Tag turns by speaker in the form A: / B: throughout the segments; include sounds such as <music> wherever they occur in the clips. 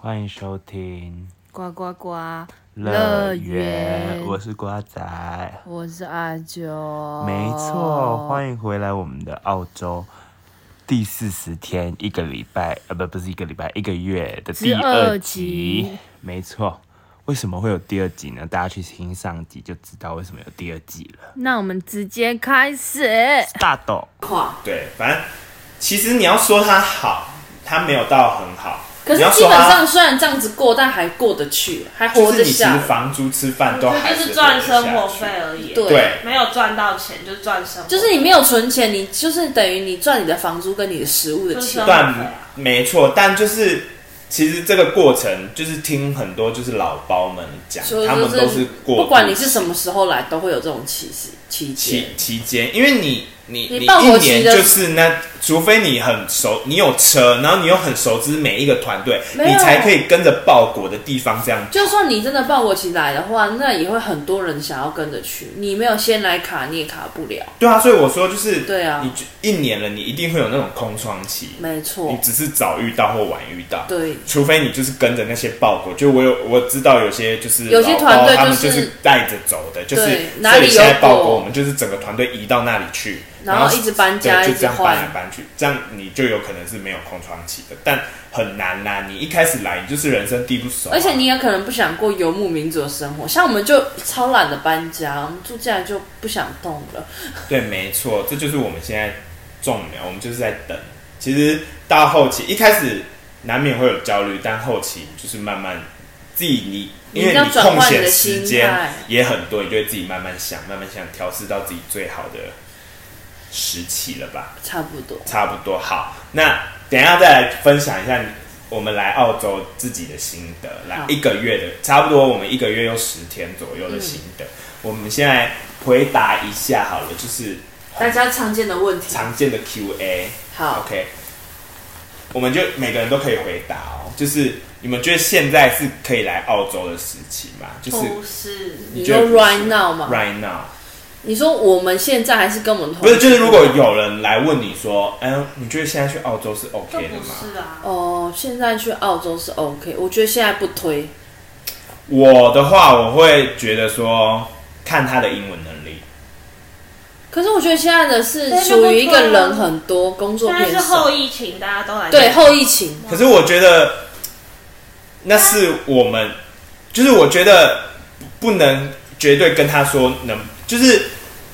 A: 欢迎收听
B: 呱呱呱！
A: 乐
B: 乐
A: 园，
B: 园
A: 我是瓜仔，
B: 我是阿九。
A: 没错，
C: 哦
A: 欢迎回来我们的澳洲第四十天一个礼拜，呃，不不是一个礼拜，一个月的第二
B: 二
A: 集，
B: 集
A: 没错。为什么会有第二集呢？大家去听上集就知道为什么有第二集了。
B: 那我们直接开始。
A: 大豆，
D: 对，反正其实你要说它好，它没有到很好。
C: 可
D: 你要
C: 是基
D: 说
C: 本
D: 它
C: 上虽然这样子过，但还过得去，还活
D: 就是
C: 得
D: 你其
C: 下
D: 实
C: 来。
D: 房租、吃饭都还
E: 就是是赚
D: 活得
E: 生活
D: 下去
E: 费。而已，
C: 对，
D: 对，
E: 没有赚到钱，就是赚生活。
C: 就是你没有存钱，你就是等于你赚你的房租跟你的食物的
E: 就是
C: 钱。
D: 但没错，但就是其实这个过程，就是听很多就是老包们讲，
C: 所以
D: 啊他们
C: 就
D: 都是过渡，
C: 不管你是什么时候来，都会有这种歧视期
D: 期
C: 间。
D: 期间，因为你你
C: 你
D: 你
C: 报
D: 一
C: 国旗
D: 年
C: 的
D: 就是那，除非你很熟，你有车，然后你又很熟知每一个团队，
C: 没有
D: 你才可以跟着报国的地方这样
C: 就算你真的报国旗来的话，那也会很多人想要跟着去。你没有先来卡，你也卡不了。
D: 对啊，所以我说就是，
C: 对啊
D: 你就一年了，你一定会有那种空窗期，
C: 没错
D: 你，只是早遇到或晚遇到，
C: 对
D: 除非你就是跟着那些报国，就我有我知道有些就是
C: 有些
D: 老包
C: 团队
D: 他们
C: 就是
D: 是带着走的，就是
C: 对哪
D: 这
C: 里有
D: 现在报
C: 狗
D: 国，我们就是整个团队移到那里去，
C: 然后一直搬家
D: 对
C: 一
D: 就
C: 直
D: 这样搬
C: 换
D: 来搬去，这样你就有可能是没有空窗期的，但很难啦，你一开始来你就是人生地不熟啊、
C: 而且你也可能不想过游牧民族的生活，像我们就超懒得搬家，我们住进来就不想动了。
D: 对，没错，这就是我们现在种苗，我们就是在等。其实到后期一开始难免会有焦虑，但后期就是慢慢自己你，
C: 你
D: 因为
C: 要
D: 你
C: 转换
D: 空
C: 你
D: 闲
C: 的
D: 时
C: 心
D: 间
C: 态
D: 也很多，你就会自己慢慢想，慢慢想调试到自己最好的时期了吧？
C: 差不多，
D: 差不多好，那等一下再来分享一下你我们来澳洲自己的心得，来
C: 好嗯
D: 一个月的，差不多我们一个月有十天左右的心得。我们现在回答一下好了，就是
C: 大家常见的问题。
D: 常见的 Q&A。
C: 好，
D: OK，我们就每个人都可以回答哦。就是你们觉得现在是可以来澳洲的时期吗？就是
E: 不是
D: 你
C: 哦你
D: 觉
C: 说
D: 得
C: right now 哦嘛
D: right now，
C: 你说我们现在还是跟我们同
D: 不是就是如果有人来问你说，哎，你觉得现在去澳洲是
E: 就
D: OK 的
E: 不
D: 吗？
E: 是啊，
C: 哦，现在去澳洲是 OK，我觉得现在不推。
D: 我的话，我会觉得说，看他的英文能力。
C: 可是我觉得现在的是
E: 现在就不
C: 属
E: 推啊
C: 于一个人很多，工作
E: 现在
C: 偏
E: 是
C: 少
E: 后，疫情，大家都来
C: 对后疫情
D: 可是我觉得，那是我们，就是我觉得不能绝对跟他说能，就是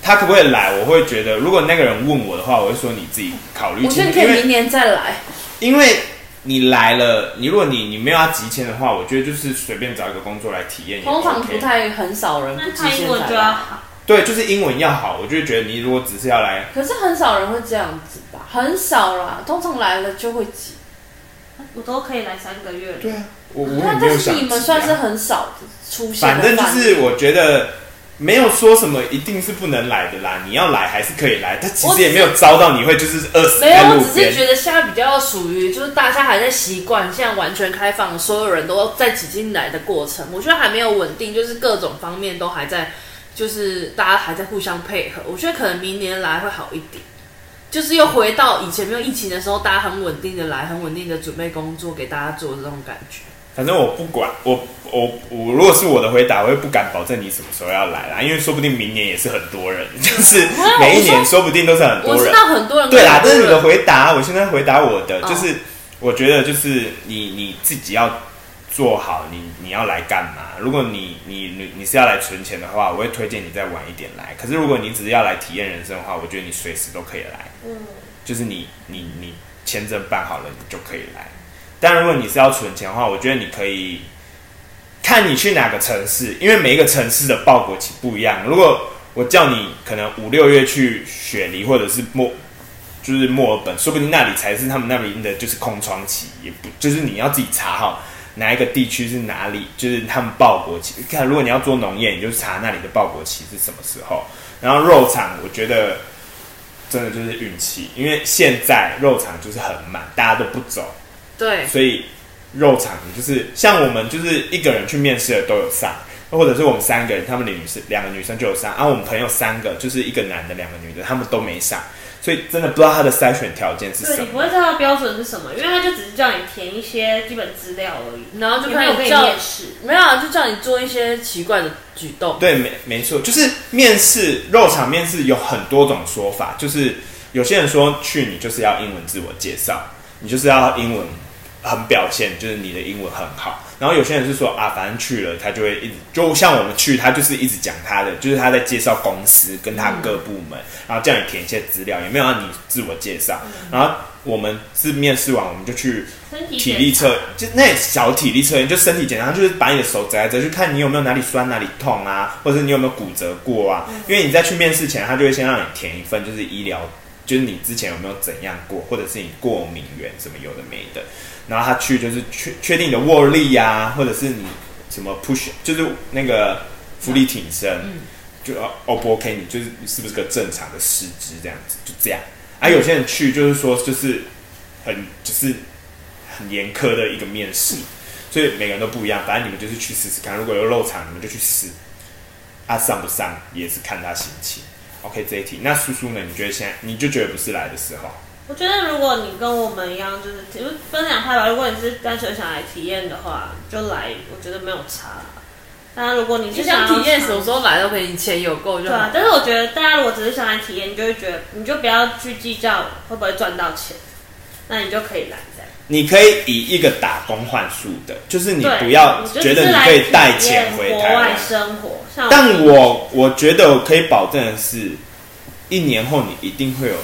D: 他可不可以来，我会觉得，如果那个人问我的话，我会说你自己考虑
C: 我觉
D: 清
C: 得
D: 楚，
C: 可
D: 因
C: 以明
D: 为
C: 年再来。
D: 因为你来了，你如果你你没有要急签的话，我觉得就是随便找一个工作来体验也
C: 通常
D: OK
C: 不。太很少人不
E: 那
C: 提
E: 他英
C: 前
E: 文
C: 再
E: 就要
C: 来，
E: 好，
D: 对，就是英文要好，我就觉得你如果只是要来，
C: 可是很少人会这样子吧？很少啦，通常来了就会急。
E: 我都可以来三个月了。
D: 对啊，我我也
C: 那
D: 没有
C: 但是
D: 想急啊，
C: 你们算是很少出现的
D: 反正就
C: 范
D: 是我觉得没有说什么一定是不能来的啦，你要来还是可以来，但其
C: 我
D: 实
C: 只
D: 也没有招到你会就是饿死
C: 没有，
D: 在
C: 我
D: 路
C: 只
D: 边
C: 是。觉得现在比较属于就是大家还在习惯，现在完全开放，所有人都在挤进来的过程，我觉得还没有稳定，就是各种方面都还在，就是大家还在互相配合。我觉得可能明年来会好一点，就是又回到以前没有疫情的时候，大家很稳定的来，很稳定的准备工作给大家做的这种感觉。
D: 反正我不管，我我我如果是我的回答，我也不敢保证你什么时候要来啦，因为说不定明年也是很多人， <laughs> 就是每一年说不定都是很多
C: 我知
D: 人。
C: 道很多人
D: 对啦，
C: 很
D: 这
C: 多
D: 是你的
C: 人
D: 回答，我现在回答我的，
C: 哦
D: 就是我觉得就是你你自己要做好你你要来干嘛。如果你你你你是要来存钱的话，我会推荐你再晚一点来。可是如果你只是要来体验人生的话，我觉得你随时都可以来，
E: 嗯，
D: 就是你你你签证办好了，你就可以来。但如果你是要存钱的话，我觉得你可以看你去哪个城市，因为每一个城市的报国期不一样。如果我叫你可能五六月去雪梨或者是墨，就是墨尔本，说不定那里才是他们那边的就是空窗期，也不就是你要自己查好哪一个地区是哪里，就是他们报国期。看，如果你要做农业，你就查那里的报国期是什么时候。然后肉场，我觉得真的就是运气，因为现在肉场就是很满，大家都不走，
C: 对，
D: 所以肉场就是像我们就是一个人去面试的都有上，或者是我们三个人，他们的女生两个女生就有上，啊，我们朋友三个就是一个男的两个女的，他们都没上，所以真的不知道它的筛选条件是
E: 对
C: 啊
D: 什
E: 你
D: 么。
E: 不会知道标准是什么，因为他就只是叫你填一些基本资料而已，
C: 然后就
E: 也没有
C: 开始
E: 跟你
C: 叫
E: 面试。
C: 没有啊，就叫你做一些奇怪的举动。
D: 对，没没错，就是面试肉场面试有很多种说法，就是有些人说去你就是要英文自我介绍，你就是要英文很表现，就是你的英文很好。然后有些人是说啊，反正去了他就会一直，就像我们去，他就是一直讲他的，就是他在介绍公司跟他各部门，然后叫你填一些资料，也没有让你自我介绍。然后我们是面试完，我们就去
E: 身体
D: 体
E: 检
D: 力
E: 查
D: 测，就那小体力测验，就身体检查，就是把你的手折来折去，看你有没有哪里酸、哪里痛啊，或者是你有没有骨折过啊。
E: 嗯
D: 因为你在去面试前，他就会先让你填一份，就是医疗，就是你之前有没有怎样过，或者是你过敏源什么有的没的。然后他去就是确确定你的握力呀、啊，或者是你什么 push，就是那个浮力挺身，就哦哦不 OK，你就是是不是个正常的四肢这样子，就这样。啊，有些人去就是说就是很就是很严苛的一个面试，所以每个人都不一样。反正你们就是去试试看，如果有漏场，你们就去试。啊，上不上也是看他心情。OK，这一题，那叔叔呢？你觉得现在你就觉得不是来的时候？
E: 我觉得如果你跟我们一样，就是就是分两派吧。如果你是单纯想来体验的话，就来，我觉得没有差啦。当然，如果你
C: 就是想
E: 想
C: 体验什
E: 手
C: 么时候来都可以，你钱有够就
E: 对
C: 好
E: 啊。。但是我觉得大家如果只是想来体验，你就会觉得你就不要去计较会不会赚到钱，那你就可以来这样。
D: 你可以以一个打工换宿的，就是你
E: 对，
D: 不要
E: 你就
D: 觉得
E: 只是
D: 你
E: 来
D: 可以
E: 体
D: 带
E: 验
D: 钱回
E: 国
D: 台
E: 外
D: 湾。
E: 生活。像
D: 但我我觉得我可以保证的是，一年后你一定会有。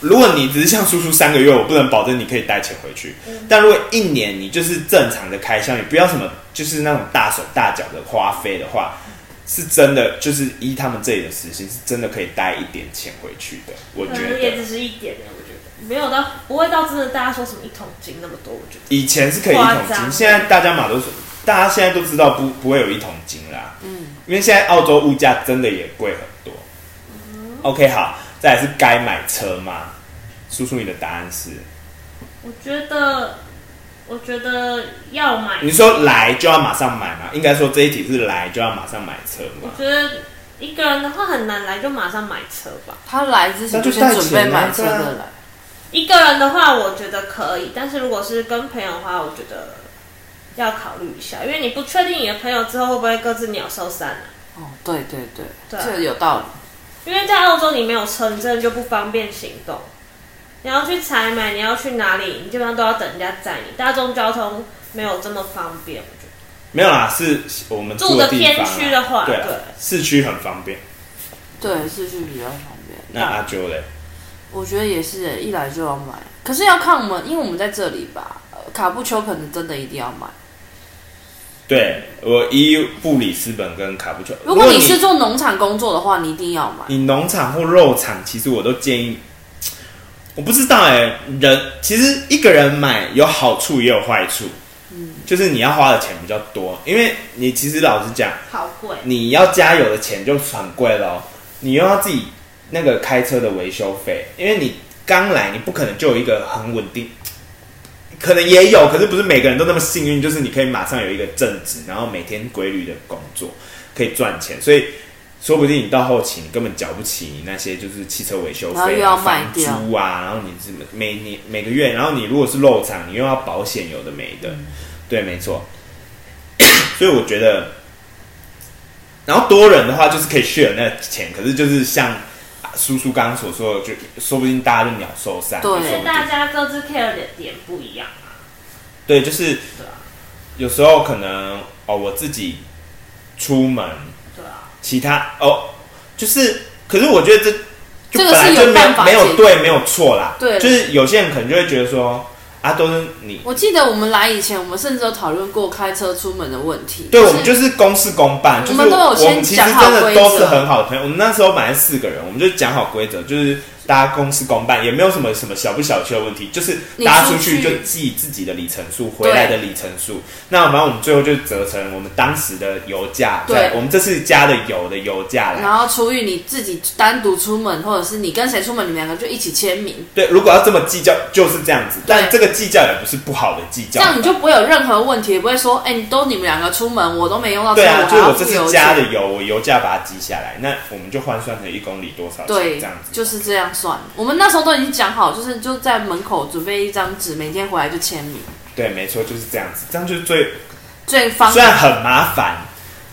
D: 如果你只是像叔叔三个月，我不能保证你可以带钱回去。但如果一年你就是正常的开销，你不要什么就是那种大手大脚的花费的话，是真的就是依他们这里的时薪，是真的可以带一点钱回去的。我
E: 可
D: 觉
E: 能也
D: 得
E: 只是一点呢，我觉得没有到不会到真的大家说什么一桶金那么多，我觉得。
D: 以前是可以一桶
E: 夸
D: 金，
E: 张
D: 现在大家马都说，大家现在都知道不不会有一桶金啦。
E: 嗯
D: 因为现在澳洲物价真的也贵很多。OK，好，再来是该买车吗？叔叔，你的答案是？
E: 我觉得，我觉得要买
D: 你说来就要马上买吗？应该说这一题是来就要马上买车
E: 我
D: 吗？
E: 觉得一个人的话很难来就马上买车吧。
C: 他来之前
D: 那就
C: 先
D: 带
C: 准备
D: 钱啊
C: 买车的
D: 对
C: 来，
E: 一个人的话，我觉得可以，但是如果是跟朋友的话，我觉得要考虑一下，因为你不确定你的朋友之后会不会各自鸟兽散啊。
C: 哦，对对对，
E: 对啊
C: 这个有道理。
E: 因为在澳洲你没有车，你真的就不方便行动。你要去采买，你要去哪里，你基本上都要等人家载你。大众交通没有这么方便，我觉得。
D: 没有啦，是我们
E: 住
D: 的
E: 的
D: 地
E: 偏
D: 方啦
E: 区的话
D: 对啦啊
E: 对
D: 市区很方便。
C: 对，是去比较方便。
D: 那阿啾嘞？
C: 我觉得也是耶，一来就要买，可是要看我们，因为我们在这里吧，呃卡布丘可能真的一定要买。
D: 对我依布里斯本跟卡布丘，
C: 如果你是做农场工作的话，你一定要买。
D: 你农场或肉场，其实我都建议，我不知道哎、人其实一个人买有好处也有坏处，就是你要花的钱比较多，因为你其实老实讲，
E: 好贵。
D: 你要加油的钱就很贵咯，你又要自己那个开车的维修费，因为你刚来，你不可能就有一个很稳定，可能也有，可是不是每个人都那么幸运，就是你可以马上有一个正职，然后每天规律的工作，可以赚钱，所以。说不定你到后期你根本缴不起你那些就是汽车维修
C: 然后又
D: 费啊、
C: 要卖
D: 房
C: 掉
D: 租啊，然后你是每年每个月，然后你如果是漏场，你又要保险有的没的，对，没错。所以我觉得然后多人的话就是可以 share 那个钱，可是就是像叔叔刚刚所说的，就说不定大家就鸟兽散。
C: 对
D: 就
E: 而
D: 说
E: 且
D: 不定
E: 大家各自 care 的点不一样啊。
D: 对，就是
E: 对啊，
D: 有时候可能哦，我自己出门，
E: 对啊。
D: 其他哦，就是，可是我觉得这就
C: 这
D: 本
C: 个
D: 来
C: 是
D: 就
C: 有
D: 没
C: 办
D: 有
C: 法
D: 没
C: 解
D: 有
C: 决
D: 对没有错啦。
C: 对
D: 就是有些人可能就会觉得说啊，都是你。
C: 我记得我们来以前，我们甚至有讨论过开车出门的问题。
D: 对，
C: 可
D: 我们就是公事公办，就是
C: 我们都有
D: 我
C: 先
D: 们其实
C: 讲好
D: 真的
C: 规
D: 都是
C: 则
D: 很好的朋友。我们那时候本来四个人，我们就讲好规则，就是大家公事公办，也没有什么什么小不小气的问题，就是
C: 你
D: 大家
C: 出
D: 出去
C: 去
D: 就记自己的里程数，回来的里程数。那反正我们最后就折成我们当时的油价，
C: 对
D: 在我们这次加的油的油价来。
C: 然后出于你自己单独出门，或者是你跟谁出门，你们两个就一起签名，
D: 对，如果要这么计较，就是这样子。
C: 对
D: 但这个计较也不是不好的计
C: 这
D: 较，
C: 样你就不会有任何问题，也不会说，哎、你都你们两个出门，我都没用到车，
D: 对啊，就
C: 还
D: 是我
C: 要
D: 这
C: 付油
D: 次加的
C: 钱。
D: 油，我油价把它记下来，那我们就换算成一公里多少钱
C: 对
D: 这样，子。
C: 就是这样算。我们那时候都已经讲好，就是就在门口准备一张纸，每天回来就签名，
D: 对，没错，就是这样
C: 嗯
D: 子，这样就是最
C: 最方
D: 虽然很麻烦，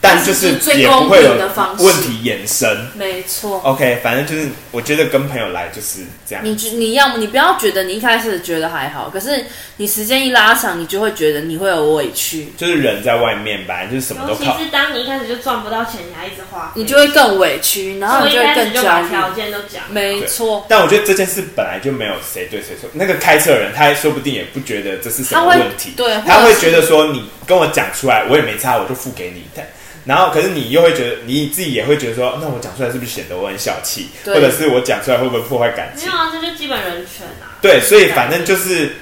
D: 但就是
C: 但是是最
D: 也不会有
C: 公平的方式
D: 问题衍生。
C: 没错。
D: OK，反正就是我觉得跟朋友来就是这样。
C: 你觉你要么你不要觉得你一开始觉得还好，可是你时间一拉长，你就会觉得你会有委屈，
D: 就是人在外面吧，就是什么都
E: 尤其
D: 靠
E: 是当你一开始就赚不到钱，你还一直花，
C: 你就会更委屈，然后
E: 所
C: 你
E: 以
C: 就
E: 一
C: 会
E: 开始
C: 更
E: 就
C: 焦
E: 把
C: 虑。
E: 条件都讲。
C: 没错，
D: 但我觉得这件事本来就没有谁对谁错，那个开车的人他说不定也不觉得这是什么
C: 他会
D: 问题，
C: 对
D: 他
C: 或者
D: 会
C: 是
D: 觉得说你跟我讲出来，我也没差，我就付给你。但然后，可是你又会觉得你自己也会觉得说，那我讲出来是不是显得我很小气，或
C: 对
D: 者是我讲出来会不会破坏感
E: 没
D: 情
E: 有？啊，这就基本人权啊。
D: 对，所以反正就是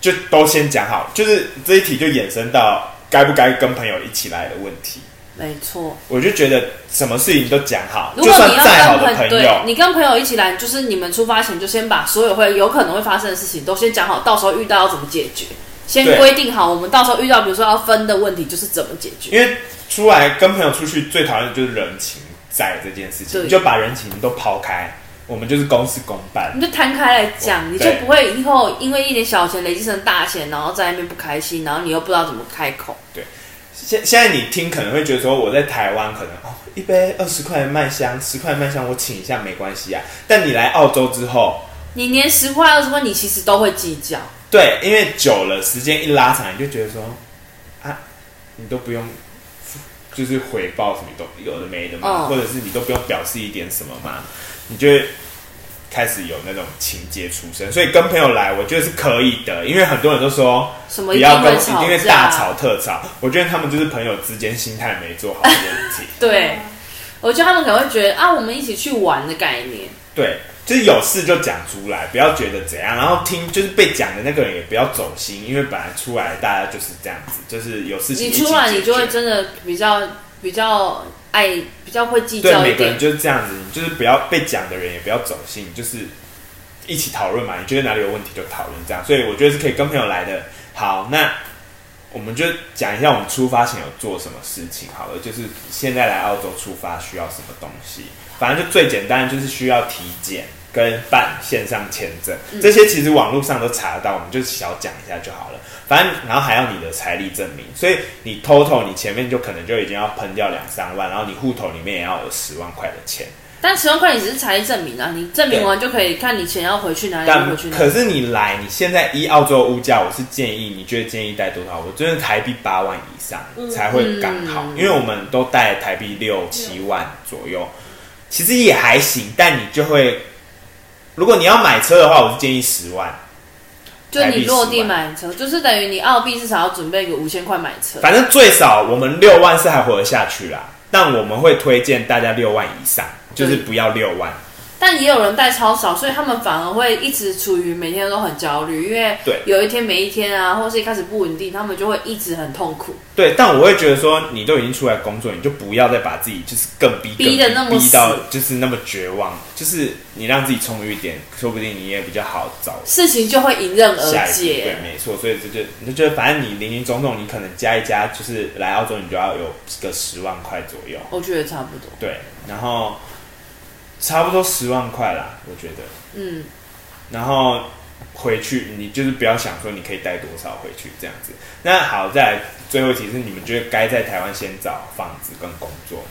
D: 就都先讲好，就是这一题就衍生到该不该跟朋友一起来的问题。
C: 没错。
D: 我就觉得什么事情都讲好，
C: 如
D: 就
C: 果
D: 算
C: 你要
D: 再好的
C: 跟朋
D: 朋
C: 对，
D: 友，
C: 你跟朋友一起来，就是你们出发前就先把所有会有可能会发生的事情都先讲好，到时候遇到要怎么解决，先
D: 对
C: 规定好，我们到时候遇到比如说要分的问题就是怎么解决。
D: 因为出来跟朋友出去最讨厌的就是人情债这件事情，
C: 对
D: 你就把人情都抛开，我们就是公事公办。
C: 你就摊开来讲，你就
D: 对
C: 不会以后因为一点小钱累积成大钱，然后在那边不开心，然后你又不知道怎么开口。
D: 现现在你听可能会觉得说我在台湾可能哦一杯二十块的麦香，十块的麦香我请一下没关系啊，但你来澳洲之后，
C: 你连十块二十块，你其实都会计较。
D: 对，因为久了时间一拉长，你就觉得说啊，你都不用就是回报什么都有的没的嘛，
C: 嗯
D: 或者是你都不用表示一点什么嘛，你就会开始有那种情节出生。所以跟朋友来，我觉得是可以的，因为很多人都说
C: 什
D: 不
C: 么一定
D: 要跟
C: 会
D: 一
C: 吵
D: 定会
C: 架，
D: 大吵特吵，我觉得他们就是朋友之间心态没做好的问题。
C: 对，我觉得他们可能会觉得啊，我们一起去玩的概念。
D: 对，就是有事就讲出来，不要觉得怎样，然后听就是被讲的那个人也不要走心，因为本来出来大家就是这样子，就是有事情
C: 你
D: 一起
C: 出来，
D: 解
C: 你就会
D: 决
C: 真的比较比较爱，比较会计
D: 对
C: 较
D: 每
C: 一
D: 个人
C: 点。
D: 就是这样子，你就是不要被讲的人也不要走心，就是一起讨论嘛，你觉得哪里有问题就讨论这样，所以我觉得是可以跟朋友来的。好，那我们就讲一下我们出发前有做什么事情好了，就是现在来澳洲出发需要什么东西，反正就最简单的就是需要体检。跟办线上签证，
C: 嗯
D: 这些其实网络上都查得到，我们就小讲一下就好了。反正然后还要你的财力证明，所以你 total 你前面就可能就已经要喷掉两三万，然后你户头里面也要有十万块的钱。
C: 但十万块你只是财力证明啊，你证明完就可以看你钱要回去哪里，要
D: 但
C: 回哎去哪
D: 可
C: 里。
D: 是你来，你现在依澳洲物价，我是建议你觉得建议带多少？我觉得台币八万以上才会刚好，因为我们都带台币六七万左右，其实也还行，但你就会，如果你要买车的话，我是建议十万。
C: 就
D: 台币
C: 你
D: 10
C: 落地
D: 万
C: 买车，就是等于你澳币至少要准备个五千块买车。
D: 反正最少我们六万是还活得下去啦，但我们会推荐大家六万以上，就是不要六万。
C: 但也有人带超少，所以他们反而会一直处于每天都很焦虑，因为
D: 对
C: 有一天没一天啊，或是一开始不稳定，他们就会一直很痛苦。
D: 对，但我会觉得说，你都已经出来工作，你就不要再把自己就是更逼，
C: 逼得那么
D: 更逼到
C: 死
D: 就是那么绝望，就是你让自己充裕一点，说不定你也比较好找
C: 事情就会迎刃
D: 下
C: 而
D: 一步。对
C: 解。，
D: 没错，所以这就你就觉得，反正你零零总总，你可能加一加，就是来澳洲你就要有个十万块左右，
C: 我觉得差不多，
D: 对，然后差不多十万块啦，我觉得。
C: 嗯，
D: 然后回去，你就是不要想说你可以带多少回去这样子。那好，再来最后一题是，你们觉得该在台湾先找房子跟工作吗？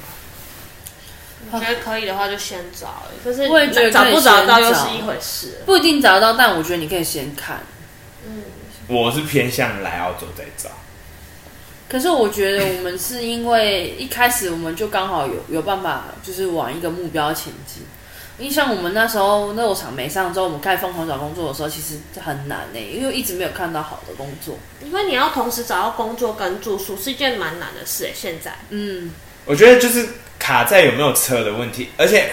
E: 我觉得可以的话就先找、欸，可是
C: 我也觉得
E: 找
C: 可以
E: 不找到
C: 先
E: 又
C: 找
E: 是一回事。
C: 不一定找得到，但我觉得你可以先看。
E: 嗯
D: 我是偏向来澳洲再找，
C: 可是我觉得我们是因为一开始我们就刚好有有办法，就是往一个目标前进。因为像我们那时候肉场没上之后，我们开始疯狂找工作的时候，其实很难呢、因为一直没有看到好的工作。
E: 因为你要同时找到工作跟住宿是一件蛮难的事、欸，现在
C: 嗯，
D: 我觉得就是卡在有没有车的问题，而
E: <laughs>
D: 且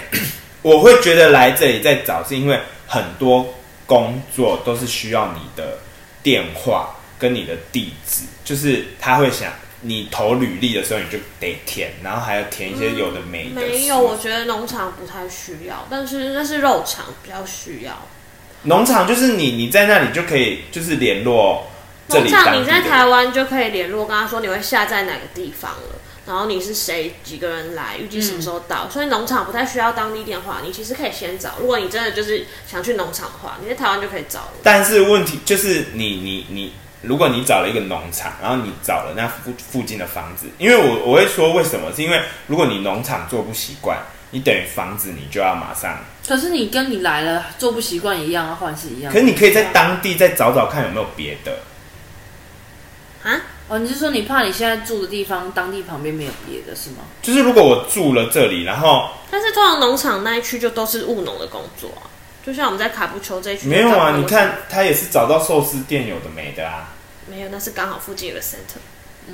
D: 我会觉得来这里再找，是因为很多工作都是需要你的电话跟你的地址，就是他会想你投履历的时候你就得填，然后还要填一些有的没的事。
E: 嗯
D: 啊
E: 没
C: 嗯
E: 有，我觉得农场不太需要，但是那是肉场比较需要。
D: 农场就是你，你在那里就可以就是联络这
E: 农
D: 里
E: 场
D: 当
E: 你
D: 地的
E: 在台湾就可以联络，跟他说你会下在哪个地方了，然后你是谁，几个人来，预计什么时候到，
C: 嗯
E: 所以农场不太需要当地电话，你其实可以先找。如果你真的就是想去农场的话，你在台湾就可以找了。
D: 但是问题就是你你你，如果你找了一个农场，然后你找了那附附近的房子，因为我我会说为什么，是因为如果你农场做不习惯，你等于房子你就要马上，
C: 可是你跟你来了做不习惯一样啊，换是一样
D: 可。是你可以在当地再找找看有没有别的，
E: 啊，
C: 哦，你是说你怕你现在住的地方当地旁边没有别的是吗？
D: 就是如果我住了这里，然后
E: 但是通常农场那一区就都是务农的工作啊，就像我们在卡布丘这一区
D: 没有
E: 就刚
D: 啊，
E: 好
D: 你看他也是找到寿司店有的没的啊，
E: 没有，那是刚好附近有个 center。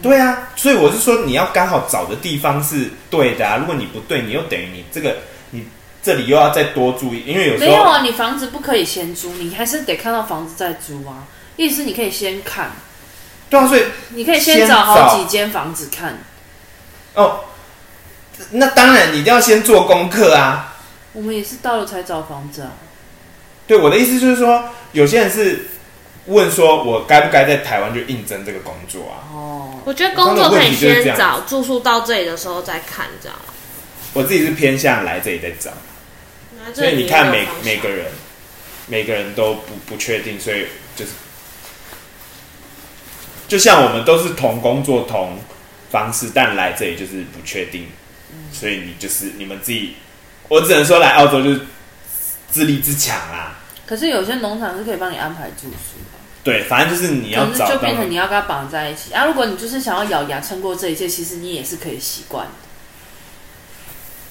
D: 对啊，所以我是说你要刚好找的地方是对的啊，如果你不对，你又等于你这个你这里又要再多注意，因为有时
C: 没有
D: 候
C: 啊，你房子不可以先租，你还是得看到房子再租啊。意思你可以先看，
D: 对啊，所以
C: 你可以
D: 先
C: 先
D: 找
C: 找好几间房子看。
D: 哦，那当然你一定要先做功课啊。
C: 我们也是到了才找房子啊。
D: 对，我的意思就是说，有些人是问说我该不该在台湾就应征这个工作啊？
C: 哦，
E: 我觉得工作
D: 我刚刚的
E: 可
D: 问
E: 以
D: 题就是这样
E: 先找，住宿到这里的时候再看，这样。
D: 我自己是偏向来这里再找，
E: 那这
D: 所以
E: 里
D: 你看每
E: 也没有方向
D: 每个人，每个人都不不确定，所以就是，就像我们都是同工作同方式，但来这里就是不确定，
C: 嗯
D: 所以你就是你们自己，我只能说来澳洲就是自立自强啦。
C: 可是有些农场是可以帮你安排住宿的，
D: 对，反正就是你要
C: 可是
D: 找
C: 就
D: 到
C: 变成你要跟他绑在一起啊。如果你就是想要咬牙撑过这一切，其实你也是可以习惯的。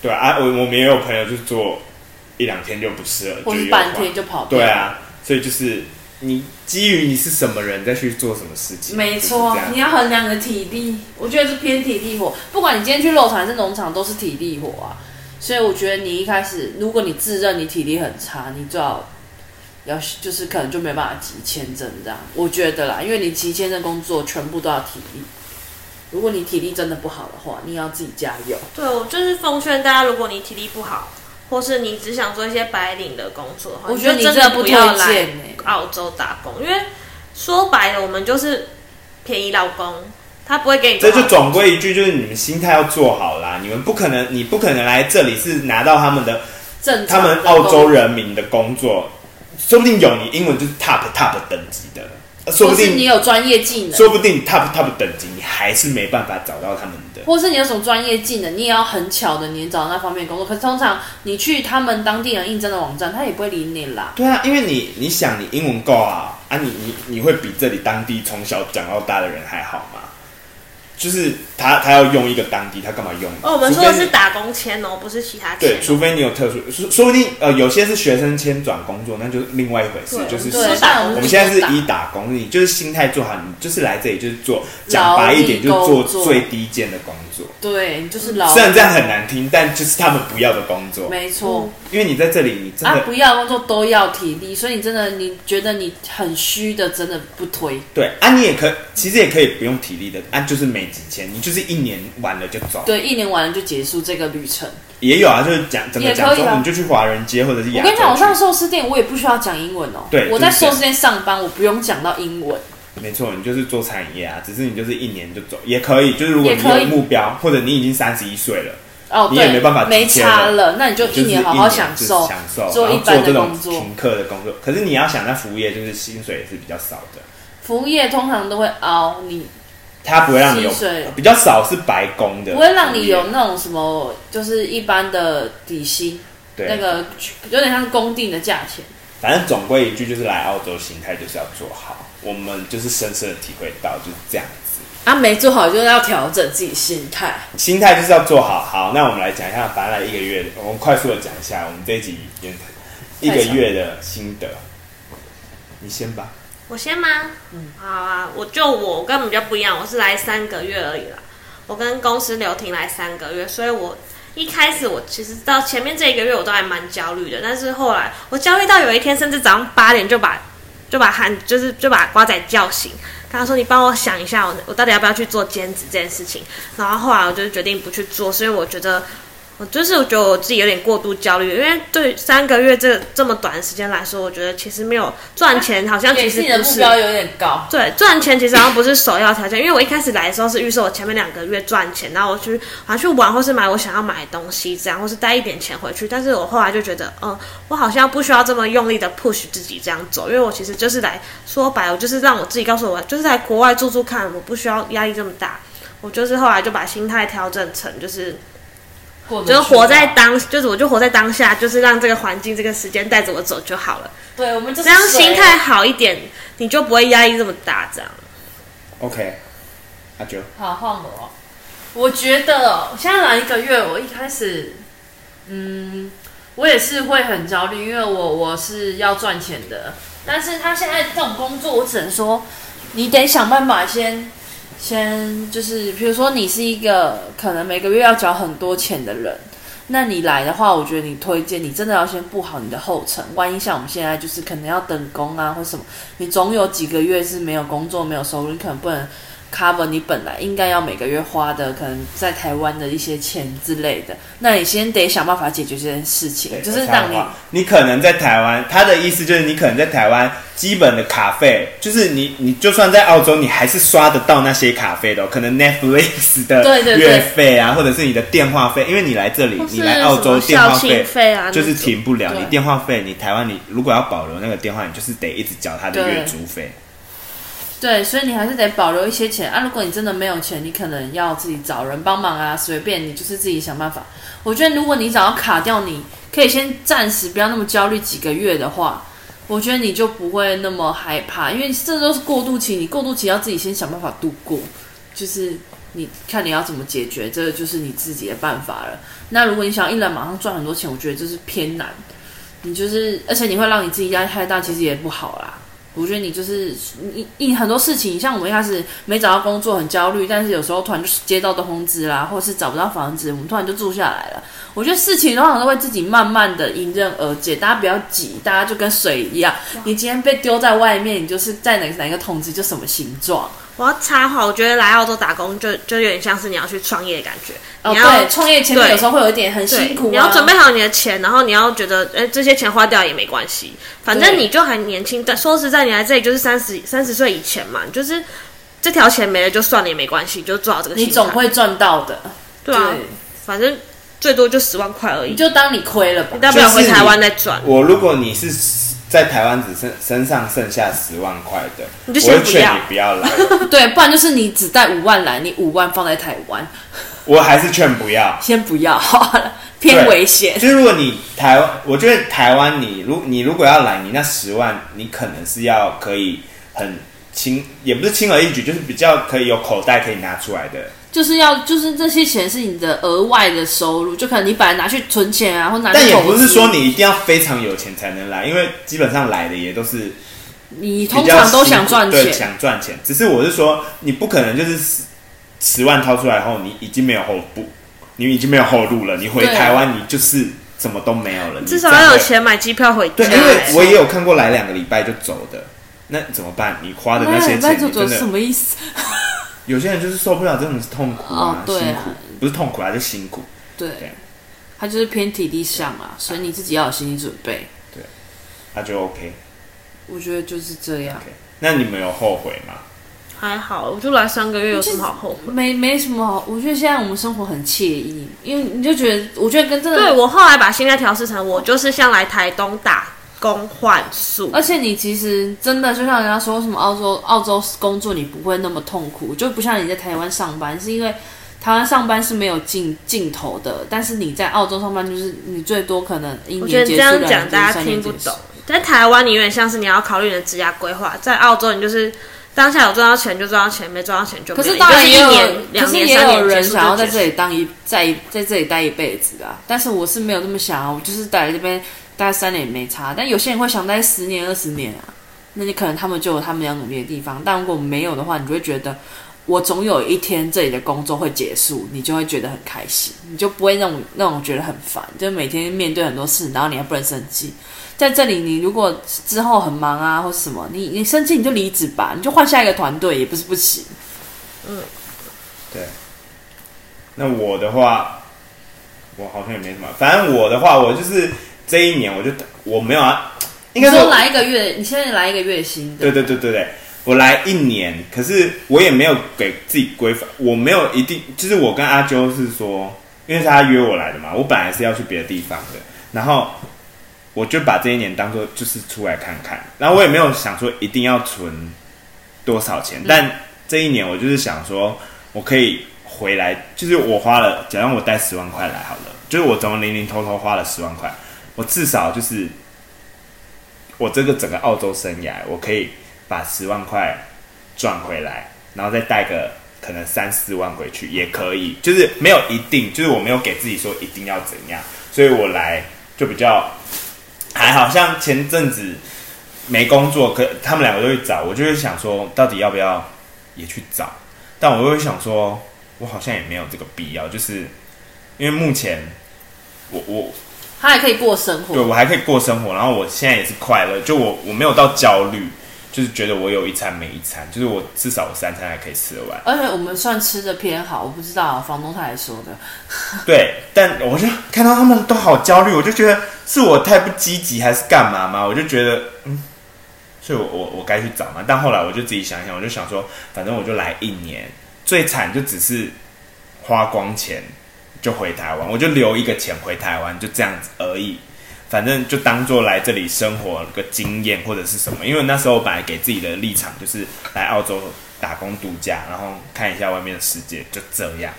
D: 对啊，我我们也有朋友就做一两天就不适合，
C: 或
D: 就是又
C: 半
D: 换
C: 天就跑掉。
D: 对，啊，所以就是你基于你是什么人再去做什么事情，
C: 没错啊
D: 就是，这
C: 你
D: 样
C: 要衡量你的体力，我觉得是偏体力活。不管你今天去肉场还是农场，都是体力活啊。所以我觉得你一开始，如果你自认你体力很差，你最好要就是可能就没办法急签证这样。我觉得啦，因为你急签证工作全部都要体力。如果你体力真的不好的话，你要自己加油。
E: 对，我就是奉劝大家，如果你体力不好，或是你只想做一些白领的工作的话，
C: 我觉得
E: 哦你
C: 你
E: 就
C: 真
E: 真的
C: 的
E: 不
C: 不
E: 要
C: 推
E: 来
C: 荐欸
E: 澳洲打工，因为说白了，我们就是便宜劳工，他不会给你
D: 这
E: 多
D: 就
E: 少
D: 总归一句，就是你们心态要做好啦。你们不可能，你不可能来这里是拿到他们的
C: 正常
D: 他
C: 的
D: 们澳洲人民的工作，说不定有你英文就是 top top 等级的，呃说
C: 工
D: 不
C: 作，或是你
D: 定
C: 有专业技能，
D: 说不定 top top 等级，你还是没办法找到他们的。
C: 或是你有什么专业技能，你也要很巧的，你找到那方面的工作。可是通常你去他们当地人应征的网站，他也不会理你啦。
D: 对啊，因为你你想你英文够啊啊你，你你会比这里当地从小讲到大的人还好吗？就是他他要用一个当地，他干嘛用你？
E: 哦，我们说的
D: 除非
E: 是
D: 你
E: 打工签哦，不是其他签
D: 对，
E: 哦。
D: 除非你有特殊，说说不定呃有些是学生签转工作，那就是另外一回事
E: 对，
D: 就是
E: 对
D: 是
E: 像我
D: 我
E: 们
D: 们现在是以打工，你就是心态做好，你就是来这里就是做，讲
C: 劳
D: 白
C: 力
D: 一点就是
C: 工
D: 做
C: 作
D: 最低贱的工作。
C: 对，你就是老
D: 虽然这样很难听，但就是他们不要的工作，
C: 没错、
D: 因为你在这里，你真
C: 啊
D: 的，
C: 不要工作都要体力，所以你真的你觉得你很虚的，真的不推。
D: 对啊，你也可其实也可以不用体力的啊，就是没几千，你就是一年完了就走。
C: 对，一年完了就结束这个旅程。
D: 也有啊，就是讲整个
C: 也可
D: 讲
C: 以
D: 说，
C: 啊
D: 你就去华人街或者是
C: 我
D: 亚洲
C: 跟你
D: 区。
C: 讲，我上寿司店我也不需要讲英文哦。
D: 对
C: 我在
D: 就是这
C: 寿
D: 样
C: 司店上班，我不用讲到英文。
D: 没错，你就是做餐饮业啊，只是你就是一年就走也可以，就是如果你
C: 也可以
D: 有目标，或者你已经三十一岁了，
C: 哦，
D: 你
C: 对，
D: 也没办法
C: 没
D: 直接
C: 差
D: 了
C: 了，那你就一
D: 就是
C: 年好好
D: 一
C: 享
D: 就是
C: 受，
D: 享受，
C: 做
D: 然
C: 一
D: 后
C: 般
D: 这
C: 的
D: 种
C: 工作。
D: 停课的工作。可是你要想，那服务业就是薪水也是比较少的，
C: 服务业通常都会熬你
D: 它不会让你有
C: 薪水
D: 比较少是白工的服务业，
C: 不会让你有那种什么，就是一般的底薪，
D: 对
C: 那个有点像是公定的价钱。
D: 反正总归一句就是来澳洲心态就是要做好，我们就是深深的体会到就是这样子。
C: 啊，没做好就是要调整自己心态。
D: 心态就是要做好。好，那我们来讲一下，反正来一个月的，我们快速的讲一下我们这一集演一个月的心得。你先吧。
E: 我先吗？嗯，好啊，我就我跟你们比较不一样，我是来三个月而已啦。我跟公司留停来三个月，所以我一开始我其实到前面这一个月我都还蛮焦虑的，但是后来我焦虑到有一天，甚至早上八点就把就把喊就是就把瓜仔叫醒，跟他说你帮我想一下我我到底要不要去做兼职这件事情。然后后来我就决定不去做，所以我觉得我就是我觉得我自己有点过度焦虑，因为对于三个月这这么短的时间来说，我觉得其实没有赚钱，好像
C: 给
E: 其实
C: 自己的
E: 不
C: 目
E: 是。
C: 标有点高，
E: 对，赚钱其实好像不是首要条件，因为我一开始来的时候是预设我前面两个月赚钱，然后我去好像去玩或是买我想要买的东西，这样或是带一点钱回去。但是我后来就觉得，嗯，我好像不需要这么用力的 push 自己这样走，因为我其实就是来说白了，我就是让我自己告诉我，就是在国外住住看，我不需要压力这么大。我就是后来就把心态调整成就是
C: 过得
E: 就是
C: 去
E: 活在
C: 吧
E: 当，就是我就活在当下，就是让这个环境、这个时间带着我走就好了。
C: 对，我们就是
E: 这样
C: 水
E: 心态好一点，你就不会压力这么大。这样，
D: OK，阿九，
C: 好，换我哦。我觉得哦现在来一个月，我一开始，嗯，我也是会很焦虑，因为我我是要赚钱的。但是他现在这种工作，我只能说，你得想办法先先就是，比如说你是一个可能每个月要缴很多钱的人，那你来的话，我觉得你推荐你真的要先布好你的后尘。万一像我们现在就是可能要等工啊或什么，你总有几个月是没有工作、没有收入，你可能不能 cover 你本来应该要每个月花的，可能在台湾的一些钱之类的。那你先得想办法解决这件事情，就是让你
D: 你可能在台湾，他的意思就是你可能在台湾基本的卡费，就是你你就算在澳洲，你还是刷得到那些卡费的哦、可能 Netflix
C: 对对
D: 的
C: 对
D: 月费啊，或者是你的电话费，因为你来这里，
E: 或
D: 你
E: 是
D: 来澳
E: 什
D: 洲
E: 么
D: 电
E: 校
D: 话
E: 庆
D: 费。
E: 费啊，
D: 就是
E: 那种
D: 停不了，
C: 对
D: 你电话费，你台湾你如果要保留那个电话，你就是得一直缴他的
C: 对
D: 月租费。
C: 对，所以你还是得保留一些钱啊。如果你真的没有钱，你可能要自己找人帮忙啊，随便你就是自己想办法。我觉得如果你想要卡掉你，可以先暂时不要那么焦虑几个月的话，我觉得你就不会那么害怕，因为这都是过渡期，你过渡期要自己先想办法度过，就是你看你要怎么解决，这个就是你自己的办法了。那如果你想要一来马上赚很多钱，我觉得这是偏难，你就是而且你会让你自己压力太大，其实也不好啦。我觉得你就是你你很多事情，像我们一开始没找到工作很焦虑，但是有时候突然就接到的通知啦，或是找不到房子，我们突然就住下来了。我觉得事情通常都会自己慢慢的迎刃而解，大家不要急，大家就跟水一样，你今天被丢在外面，你就是在哪哪一个桶子就什么形状。
E: 我要插话，我觉得来澳洲打工就就有点像是你要去创业的感觉，
C: 哦，
E: 你要
C: 对，创业前面
E: 对
C: 有时候会有一点很
E: 对
C: 辛苦、啊，
E: 你要准备好你的钱，然后你要觉得，哎，这些钱花掉也没关系，反正
C: 对
E: 你就还年轻。但说实在，你来这里就是三十三十岁以前嘛，你就是这条钱没了就算了也没关系，就做好这个心
C: 你
E: 态。
C: 总会赚到的。
E: 对啊，
C: 对
E: 反正最多就十万块而已
C: 你，就当你亏了吧
E: 你。大不了回台湾再赚。
D: 我如果你是在台湾只剩身上剩下十万块的，
E: 你就
D: 我
E: 先
D: 会
E: 不
D: 劝
E: 要
D: 你不要来， <laughs>
C: 对，不然就是你只带五万来，你五万放在台湾，
D: 我还是劝不
E: <laughs>
D: 要。
C: 先不要好了， <laughs> 偏
D: 对
C: 危险。
D: 就是如果你台湾，我觉得台湾你如你如果要来，你那十万你可能是要可以很轻，也不是轻而易举，就是比较可以有口袋可以拿出来的。
C: 就是要，就是这些钱是你的额外的收入，就可能你本来拿去存钱啊，或拿去
D: 但也
C: 投资
D: 不是说你一定要非常有钱才能来，因为基本上来的也都是比
C: 你通
D: 较
C: 常
D: 辛
C: 都
D: 苦
C: 想赚
D: 对
C: 钱，
D: 想赚钱。只是我是说，你不可能就是十十万掏出来后，你已经没有后步，你已经没有后路了。你回
C: 对啊
D: 台湾，你就是什么都没有了，你
E: 至少
D: 站
E: 要有
D: 在
E: 钱买机票回家。欸
D: 对，因为我也有看过来两个礼拜就走的，那怎么办？你花的那些
C: 拜
D: 钱，
C: 祖
D: 你
C: 祖
D: 真
C: 是
D: 的
C: 什么意思？
D: 有些人就是受不了这种痛苦啊
C: 哦，对啊
D: 辛苦不是痛苦啊，就辛苦。
C: 对
D: 对，
C: 他就是偏体力上啊，所以你自己要有心理准备。
D: 那就 OK。
C: 我觉得就是这样，
D: 那你们有后悔吗？
E: 还好，我就来三个月，有什么好后悔？
C: 没没什么好。我觉得现在我们生活很惬意，因为你就觉得，我觉得跟真的
E: 对我后来把心态调试成，我就是像来台东打工换宿，
C: 而且你其实真的就像人家说什么澳洲澳洲工作你不会那么痛苦，就不像你在台湾上班，是因为台湾上班是没有尽尽头的，但是你在澳洲上班就是你最多可能一
E: 我觉
C: 年
E: 得
C: 结
E: 这
C: 束两
E: 样
C: 年结束
E: 讲大家
C: 三
E: 听
C: 年
E: 不
C: 结束
E: 懂。。在台湾，你有点像是你要考虑你的职业规划；在澳洲，你就是当下有赚到钱就赚到钱，没赚到钱就没
C: 可
E: 有。
C: 是当然
E: 你
C: 也
E: 就是
C: 有
E: 一年、，
C: 可
E: 两
C: 是
E: 年、
C: 也
E: 三
C: 有
E: 年结
C: 人
E: 束
C: 想要在
E: 就
C: 这
E: 结束。
C: 里当一在在这里待一辈子啊。但是我是没有这么想啊，我就是待这边待三年也没差。但有些人会想待十年、二十年啊，那你可能他们就有他们要努力的地方。但如果没有的话，你就会觉得我总有一天这里的工作会结束，你就会觉得很开心，你就不会那种那种觉得很烦，就每天面对很多事，然后你还不能生气。在这里，你如果之后很忙啊，或是什么，你你生气你就离职吧，你就换下一个团队也不是不行。
D: 对，那我的话，我好像也没什么。反正我的话，我就是这一年我就我没有啊，应
C: 你
D: 该
C: 说
D: 说，
C: 来一个月，你现在来一个月薪的，
D: 对对对对对，我来一年，可是我也没有给自己规范，我没有一定，就是我跟阿啾是说，因为是他约我来的嘛，我本来是要去别的地方的，然后我就把这一年当做就是出来看看，然后我也没有想说一定要存多少钱，嗯但这一年我就是想说，我可以回来，就是我花了，假如我带十万块来好了，就是我总零零偷偷花了十万块，我至少就是我这个整个澳洲生涯，我可以把十万块赚回来，然后再带个可能三四万回去也可以，就是没有一定，就是我没有给自己说一定要怎样，所以我来就比较还好像前阵子没工作，可他们两个都去找，我就会想说到底要不要也去找，但我又会想说，我好像也没有这个必要，就是因为目前我我
C: 他还可以过生
D: 对
C: 活。
D: 我还可以过生活，然后我现在也是快乐，就我我没有到焦虑，就是觉得我有一餐没一餐，就是我至少我三餐还可以吃得完。
C: 而且我们算吃的偏好，我不知道房东他也说的，
D: 对，但我就看到他们都好焦虑，我就觉得是我太不积极还是干嘛嘛？我就觉得嗯，所以我我我该去找嘛。但后来我就自己想一想，我就想说，反正我就来一年，最惨就只是花光钱就回台湾，我就留一个钱回台湾，就这样子而已。反正就当做来这里生活个经验或者是什么，因为那时候我本来给自己的立场就是来澳洲打工度假，然后看一下外面的世界，就这样。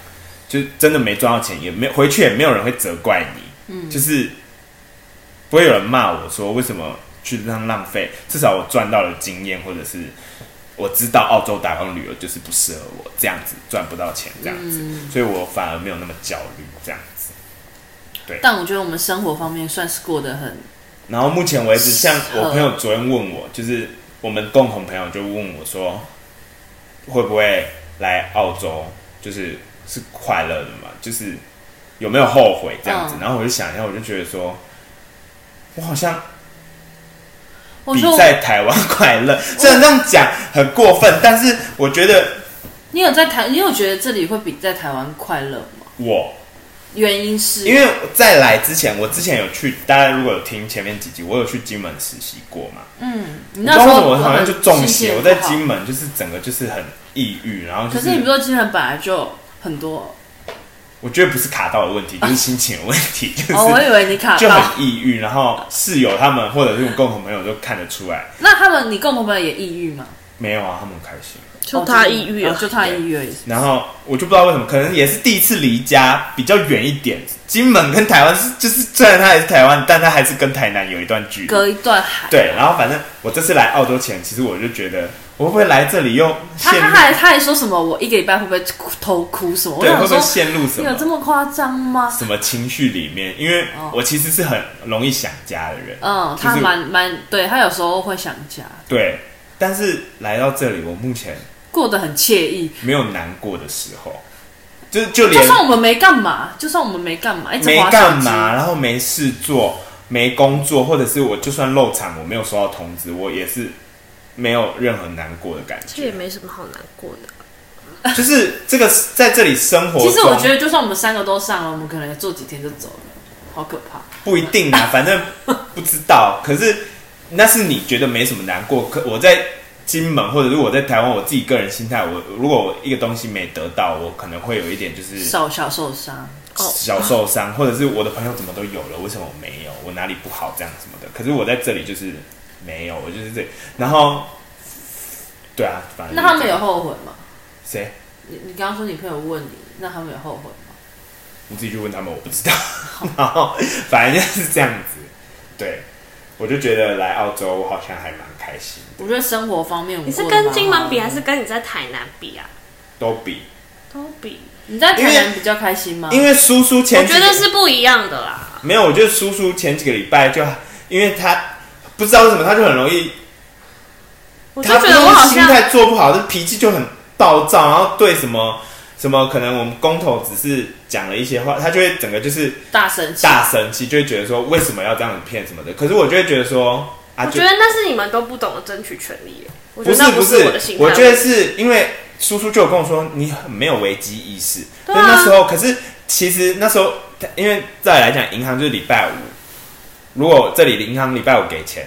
D: 就真的没赚到钱，也没回去，也没有人会责怪你，嗯，就是不会有人骂我说为什么去这样浪费。至少我赚到了经验，或者是我知道澳洲打工旅游就是不适合我，这样子赚不到钱，这样子，所以我反而没有那么焦虑，这样子。
C: 但我觉得我们生活方面算是过得很
D: 然后目前为止，像
C: 呃
D: 我朋友昨天问我，就是我们共同朋友就问我说，会不会来澳洲，就是是快乐的嘛？就是有没有后悔这样子？
C: 嗯
D: 然后我就想一下，我就觉得说，我好像
C: 我
D: 比
C: 说我
D: 在台湾快乐，虽然这样讲很过分，但是我觉得
C: 你有在台，你有觉得这里会比在台湾快乐吗？
D: 我
C: 原因是
D: 因为在来之前，我之前有去，大家如果有听前面几集，我有去金门实习过嘛。
C: 嗯，你
D: 你
C: 那
D: 知道
C: 时
D: 为什
C: 候
D: 么我好像就中
C: 心情
D: 邪？
C: 不
D: 我在
C: 好
D: 金，门就是整个就是很抑郁，然后就
C: 可是你不是说金门本来就很多
D: 我觉得不是卡到的问
C: <laughs>
D: 题，就是心情的问题，就是、
C: 哦，我以为你卡
D: 就
C: 到。
D: 很抑郁。然后室友他们或者是我共同朋友都看得出来，
C: 那他们你共同朋友也抑郁吗？
D: 没有啊，他们很开心。
E: 就他抑郁
C: 哦
E: 了，
C: 就他抑郁而已。
D: 然后我就不知道为什么，可能也是第一次离家，比较远一点。金门跟台湾是就是虽然它也是台湾，但它还是跟台南有一段距离。
C: 隔一段海，
D: 对，然后反正我这次来澳洲前，其实我就觉得我会不会来这里又
C: 他
D: 陷
C: 他
D: 入
C: 还他还说什么我一个礼拜会不会哭偷哭什么？我
D: 对会
C: 想
D: 不会
C: 说
D: 陷入什
C: 你有
D: 么
C: 这么夸张吗？
D: 什么情绪里面，因为
C: 哦
D: 我其实是很容易想家的人，
C: 嗯，
D: 就是
C: 他蛮蛮对他有时候会想家，
D: 对，但是来到这里，我目前
C: 过得很惬意。
D: 没有难过的时候，就就
C: 就
D: 连
C: 算我们没干嘛，就算我们没干嘛，一直
D: 没
C: 滑手机
D: 干嘛，然后没事做，没工作，或者是我就算漏产，我没有收到通知，我也是没有任何难过的感
E: 这也
D: 觉，
E: 没什么好难过的。
D: 就是这个在这里生活中，
C: 其实我觉得，就算我们三个都上了，我们可能也做几天就走了，好可怕。
D: 不一定
C: <laughs>
D: 啊，反正不知道。可是那是你觉得没什么难过。可我在金门，或者是我在台湾，我自己个人心态，我如果我一个东西没得到，我可能会有一点就是
C: 受小受伤，
E: 哦
D: 小受伤，或者是我的朋友怎么都有了，为什么我没有？我哪里不好这样什么的。可是我在这里就是没有，我就是这里。然后，对啊，反正
C: 那他们有后悔吗？
D: 谁？
C: 你你刚刚说你朋友问你，那他们有后悔吗？
D: 你自己去问他们，我不知道。 <laughs> 然后反正就是这样子，对。我就觉得来澳洲，我好像还蛮开心的，
C: 我觉得生活方面我
E: 你是
C: 过得
E: 跟
C: 蛮
E: 金门比，
C: 好
E: 还
C: 的
E: 是跟你在台南比啊？
D: 都比
E: 都比，
C: 你在台
D: 因为
C: 南比较开心吗？
D: 因为叔叔
E: 我
D: 前几
E: 觉得是不一样的啦。
D: 没有，我觉得叔叔前几个礼拜就，因为他不知道为什么他就很容易，
E: 我就
D: 他
E: 觉得我好
D: 心
E: 像
D: 态做不好，就脾气就很暴躁，然后对什么什么，可能我们工头只是讲了一些话，他就会整个就是
C: 大生气，
D: 大生气，就会觉得说为什么要这样子骗什么的。可是我就会觉得说啊，
E: 我
D: 就
E: 觉得那是你们都不懂得争取权利耶。我觉
D: 不
E: 得那
D: 不
E: 是我的心态。
D: 我觉得是因为叔叔就有跟我说你很没有危机意识，
E: 对
D: 那
E: 啊
D: 那时候可是其实那时候因为再来讲，银行就是礼拜五，如果这里银行礼拜五给钱，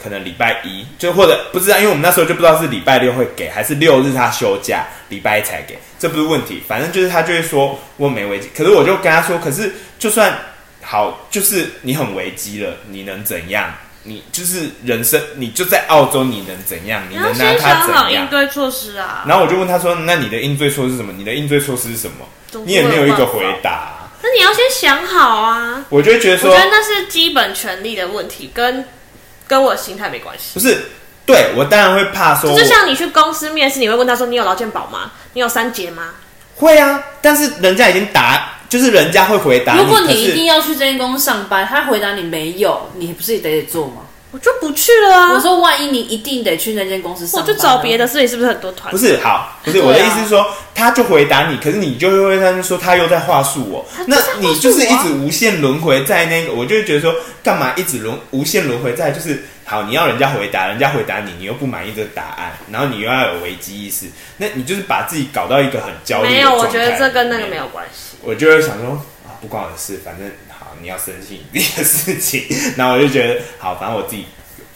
D: 可能礼拜一就或者不知道，因为我们那时候就不知道是礼拜六会给还是六日他休假，礼拜一才给，这不是问题。反正就是他就会说我没危机，可是我就跟他说，可是就算好，就是你很危机了，你能怎样？你就是人生，你就在澳洲，你能怎样？你
E: 你要
D: 能拿
E: 先
D: 他
E: 想好
D: 怎样
E: 应？对措施啊。
D: 然后我就问他说：“那你的应对措施是什么？你的应对措施是什么
E: 总？”
D: 你也没有一个
E: 不会
D: 回
E: 有办法
D: 答。
E: 那你要先想好啊。
D: 我就会觉得
E: 我
D: 说
E: 觉，得那是基本权利的问题，跟跟我的心态没关系。
D: 不是，对我当然会怕说
E: 这
D: 我，
E: 就像你去公司面试，你会问他说：“你有劳健保吗？你有三节吗
D: 会啊，但是人家已经答，就是人家会回答
C: 如果你
D: 可是
C: 一定要去这间公司上班，他回答你没有，你不是也得做吗？？”
E: 我就不去了
C: 我
E: 啊，
C: 说，万一你一定得去那间公司上班
E: 我
C: 呢，啊
E: 就找别的。所以是不是很多团？
D: 不，是好，不是、
C: 对啊
D: 我的意思是说，他就回答你，可是你就会跟他说他又在话术我，那你就是一直无限轮回在那个，我就会觉得说，干嘛一直轮无限轮回在就是好，你要人家回答，人家回答你，你又不满意这个答案，然后你又要有危机意识，那你就是把自己搞到一个很焦虑。
E: 没有，我觉得这跟那个没
D: 有。
E: 有关系。
D: 我就会想说啊，不关我的事，反正好，你要生气你的事情。然后我就觉得好，反正我自己，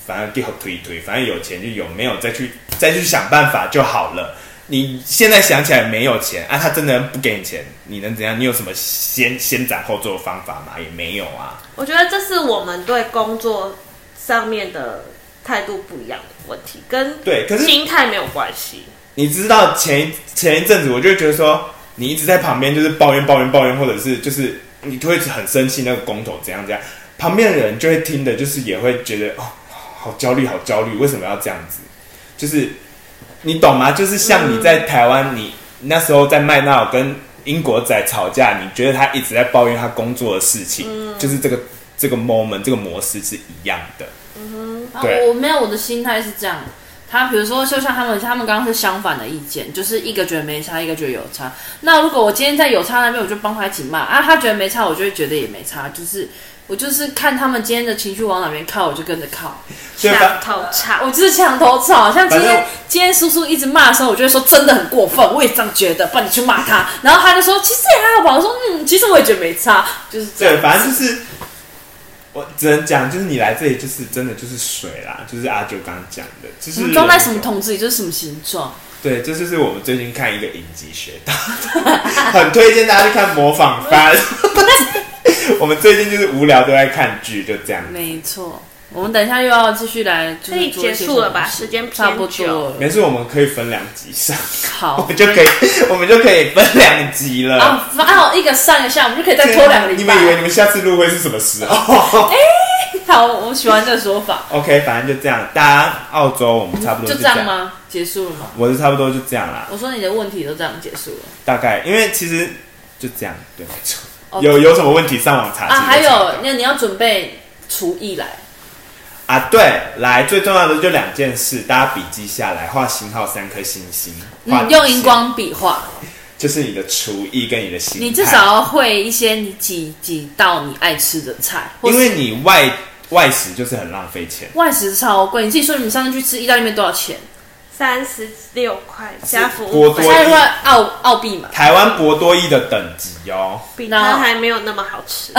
D: 反正给我推一推，反正有钱就有，没有再去再去想办法就好了。你现在想起来没有钱啊？他真的不给你钱，你能怎样？你有什么先先斩后奏的方法吗？也没有啊。
E: 我觉得这是我们对工作上面的态度不一样的问题，跟
D: 对，可是
E: 心态没有关系。
D: 你知道前一前一阵子，我就会觉得说，你一直在旁边就是抱怨抱怨抱怨，或者是就是你就会很生气那个工头怎样怎样，旁边的人就会听的，就是也会觉得哦，好焦虑，好焦虑，为什么要这样子？就是你懂吗？就是像你在台湾，你那时候在麦当劳跟英国仔吵架，你觉得他一直在抱怨他工作的事情，就是这个这个 moment 这个模式是一样的。
C: 啊
D: 对
C: 我我没有，我的心态是这样。他比如说，就像他们，他们刚刚是相反的意见，就是一个觉得没差，一个觉得有差。那如果我今天在有差那边，我就帮他一起骂啊，他觉得没差，我就会觉得也没差，就是我就是看他们今天的情绪往哪边靠，我就跟着靠。
D: 所以反
E: 想头差，
C: 我就是墙头草，像今
D: 反正
C: 天今天叔叔一直骂的时候，我就会说真的很过分，我也这样觉得，不然你去骂他。然后他就说其实也还好吧，我说嗯，其实我也觉得没差，就是这样。
D: 对，反正就是我只能讲，就是你来这里就是真的就是水啦，就是阿九刚刚讲的，就是
C: 我嗯们装在什么桶子里就是什么形状。
D: 对，这就是我们最近看一个影集学到的，很推荐大家去看《模仿番》。
C: <laughs>
D: 我们最近就是无聊都在看剧，就这样。
C: 没错，我们等一下又要继续来，就
E: 可
C: 是
E: 以
C: 做一
E: 结
C: 些
E: 束了吧？
C: 什么
E: 时间
C: 差不
E: 偏久
C: 多，了。
D: 没事，我们可以分两集上，我 <laughs>
C: 好
D: 们就可以，我们就可以分两集了。
C: 啊，刚好一个上一下，我们就可以再拖两个礼
D: 呃你
C: 拜。哎
D: 们以为你们下次录会是什么时候
C: <laughs> 好，我喜欢这个说法，
D: ？OK，反正就这样。大家澳洲我们差不多
C: 就
D: 这
C: 这样？吗？结束了吗？
D: 我是差不多就这样啦。
C: 我说你的问题都这样结束了
D: 大概，因为其实就这样，对，没错。
C: 哦
D: 有有什么问题上网查
C: 啊，
D: 询
C: 还
D: 就查
C: 有那你要准备厨艺来。
D: 啊，对，来最重要的就两件事，大家笔记下来，画星号三颗星星，画
C: 嗯，用
D: 底线
C: 荧光笔画，
D: 就是你的厨艺跟你的心态，
C: 你至少要会一些你几几道你爱吃的菜，或
D: 因
C: 是
D: 为你外外食就是很浪费钱，
C: 外食超贵。你自己说，你们上次去吃意大利面多少钱？
E: 三十六块加服
D: 锅
E: 务
D: 多
E: 费
D: 一，
C: 下一块澳澳币嘛，
D: 台湾博多一的等级哦，
E: 比
C: 然后
E: 它还没有那么好吃。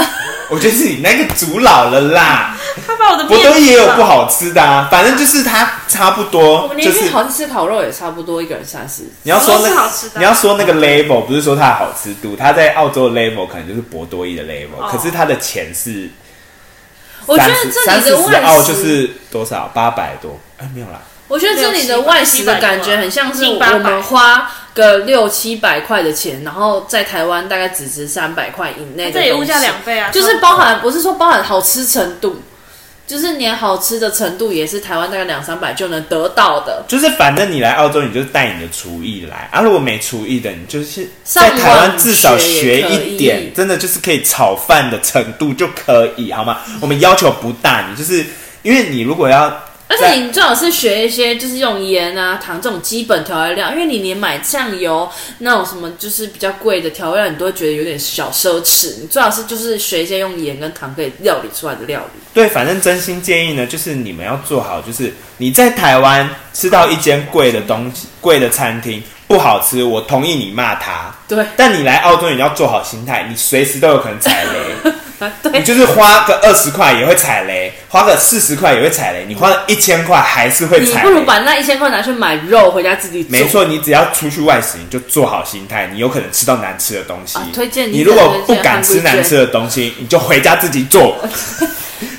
D: 我觉得是你那个煮老了啦，
E: <laughs>
C: <laughs>
E: 他把我的
D: 博
E: 面
D: 多一也有
E: 吃了
D: 不好吃的啊，反正就是它差不
C: 我
D: 多
C: 们，
D: 就
C: 连去
D: 是
C: 好吃吃烤肉也差不多一个人三十。
D: 你要说那
C: 哦
E: 都是好吃的啊
D: 你要说那个 level 不是说它的好吃度，它在澳洲的 level 可能就是博多一的 level，、
E: 哦
D: 可是它的钱是
C: 我觉得
D: 30
C: 这里的
D: 30澳
C: 外
D: 就
C: 食，
D: 是多少八百多，哎没有啦，
C: 我觉得这里的外食的感觉很像是
E: 近
C: 我
E: 800
C: 们花个六七百块的钱，然后在台湾大概只值三百块以内的
E: 这
C: 东西。
E: 里物价两倍啊，
C: 就是
E: 包
C: 包含，不是说包含好吃程度，就是连好吃的程度也是台湾大概两三百就能得到的。
D: 就是反正你来澳洲你就带你的厨艺来啊，如果没厨艺的你就是
C: 上
D: 在
C: 网
D: 台湾至少
C: 学也可
D: 一
C: 以
D: 点，真的就是可以炒饭的程度就可以好吗？我们要求不大，你就是因为你如果要
C: 而且
D: 在
C: 你最好是学一些，就是用盐啊、糖这种基本调味料，因为你连买酱油那种什么就是比较贵的调味料，你都会觉得有点小奢侈。你最好是就是学一些用盐跟糖可以料理出来的料理。
D: 对，反正真心建议呢，就是你们要做好，就是你在台湾吃到一间贵的东西、贵的餐厅，不好吃，我同意你骂他，
C: 对
D: 但你来澳洲，你要做好心态，你随时都有可能踩
C: <laughs>
D: 雷。你
C: 对，
D: 就是花个二十块也会踩雷，花个四十块也会踩雷，你花了一千块还是会
C: 你
D: 踩
C: 不如
D: 雷。
C: 把那一千块拿去买肉回家自己煮。
D: 没错，你只要出去外食，你就做好心态，你有可能吃到难吃的东西。
C: 啊推荐你
D: 你如果
C: 再
D: 不
C: 推荐
D: 敢吃难吃的东西，你就回家自己做。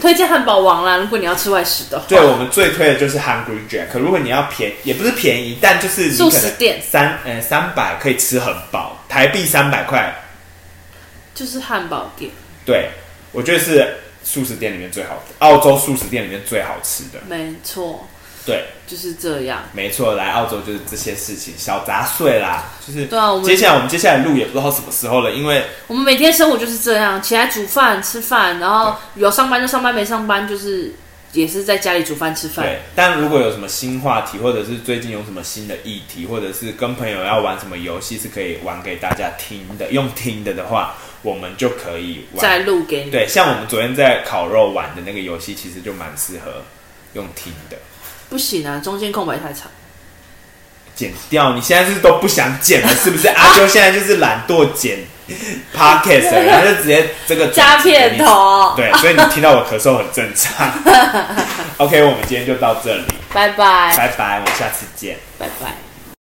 C: 推荐汉堡王啦，如果你要吃外食的话。
D: 对，我们最推的就是 Hungry Jack。如果你要便，也不是便宜，但就是你可能
C: 素食店
D: 三呃三百可以吃很饱，台币三百块，
C: 就是汉堡店，
D: 对我觉得是素食店里面最好的，澳洲素食店里面最好吃的。
C: 没错，
D: 对，
C: 就是这样。
D: 没错，来澳洲就是这些事情，小杂碎啦，就是
C: 对啊我们
D: 接下来我们接下来录也不知道什么时候了，因为
C: 我们每天生活就是这样，起来煮饭、吃饭，然后有上班就上班，没上班就是也是在家里煮饭、吃饭。
D: 对，但如果有什么新话题，或者是最近有什么新的议题，或者是跟朋友要玩什么游戏，是可以玩给大家听的，用听的的话，我们就可以玩。
C: 再录给你，
D: 对，像我们昨天在烤肉玩的那个游戏，其实就蛮适合用听的。
C: 不行啊，中间空白太长。
D: 剪掉，你现在是都不想剪了，是不是？阿修现在就是懒惰剪
C: <laughs>
D: podcast，了然后就直接这个
C: 加片哦头
D: 对，所以你听到我咳嗽很正
C: <laughs>
D: 常。OK，我们今天就到这里，
C: 拜拜，
D: 拜拜，我们下次见。
C: 拜拜。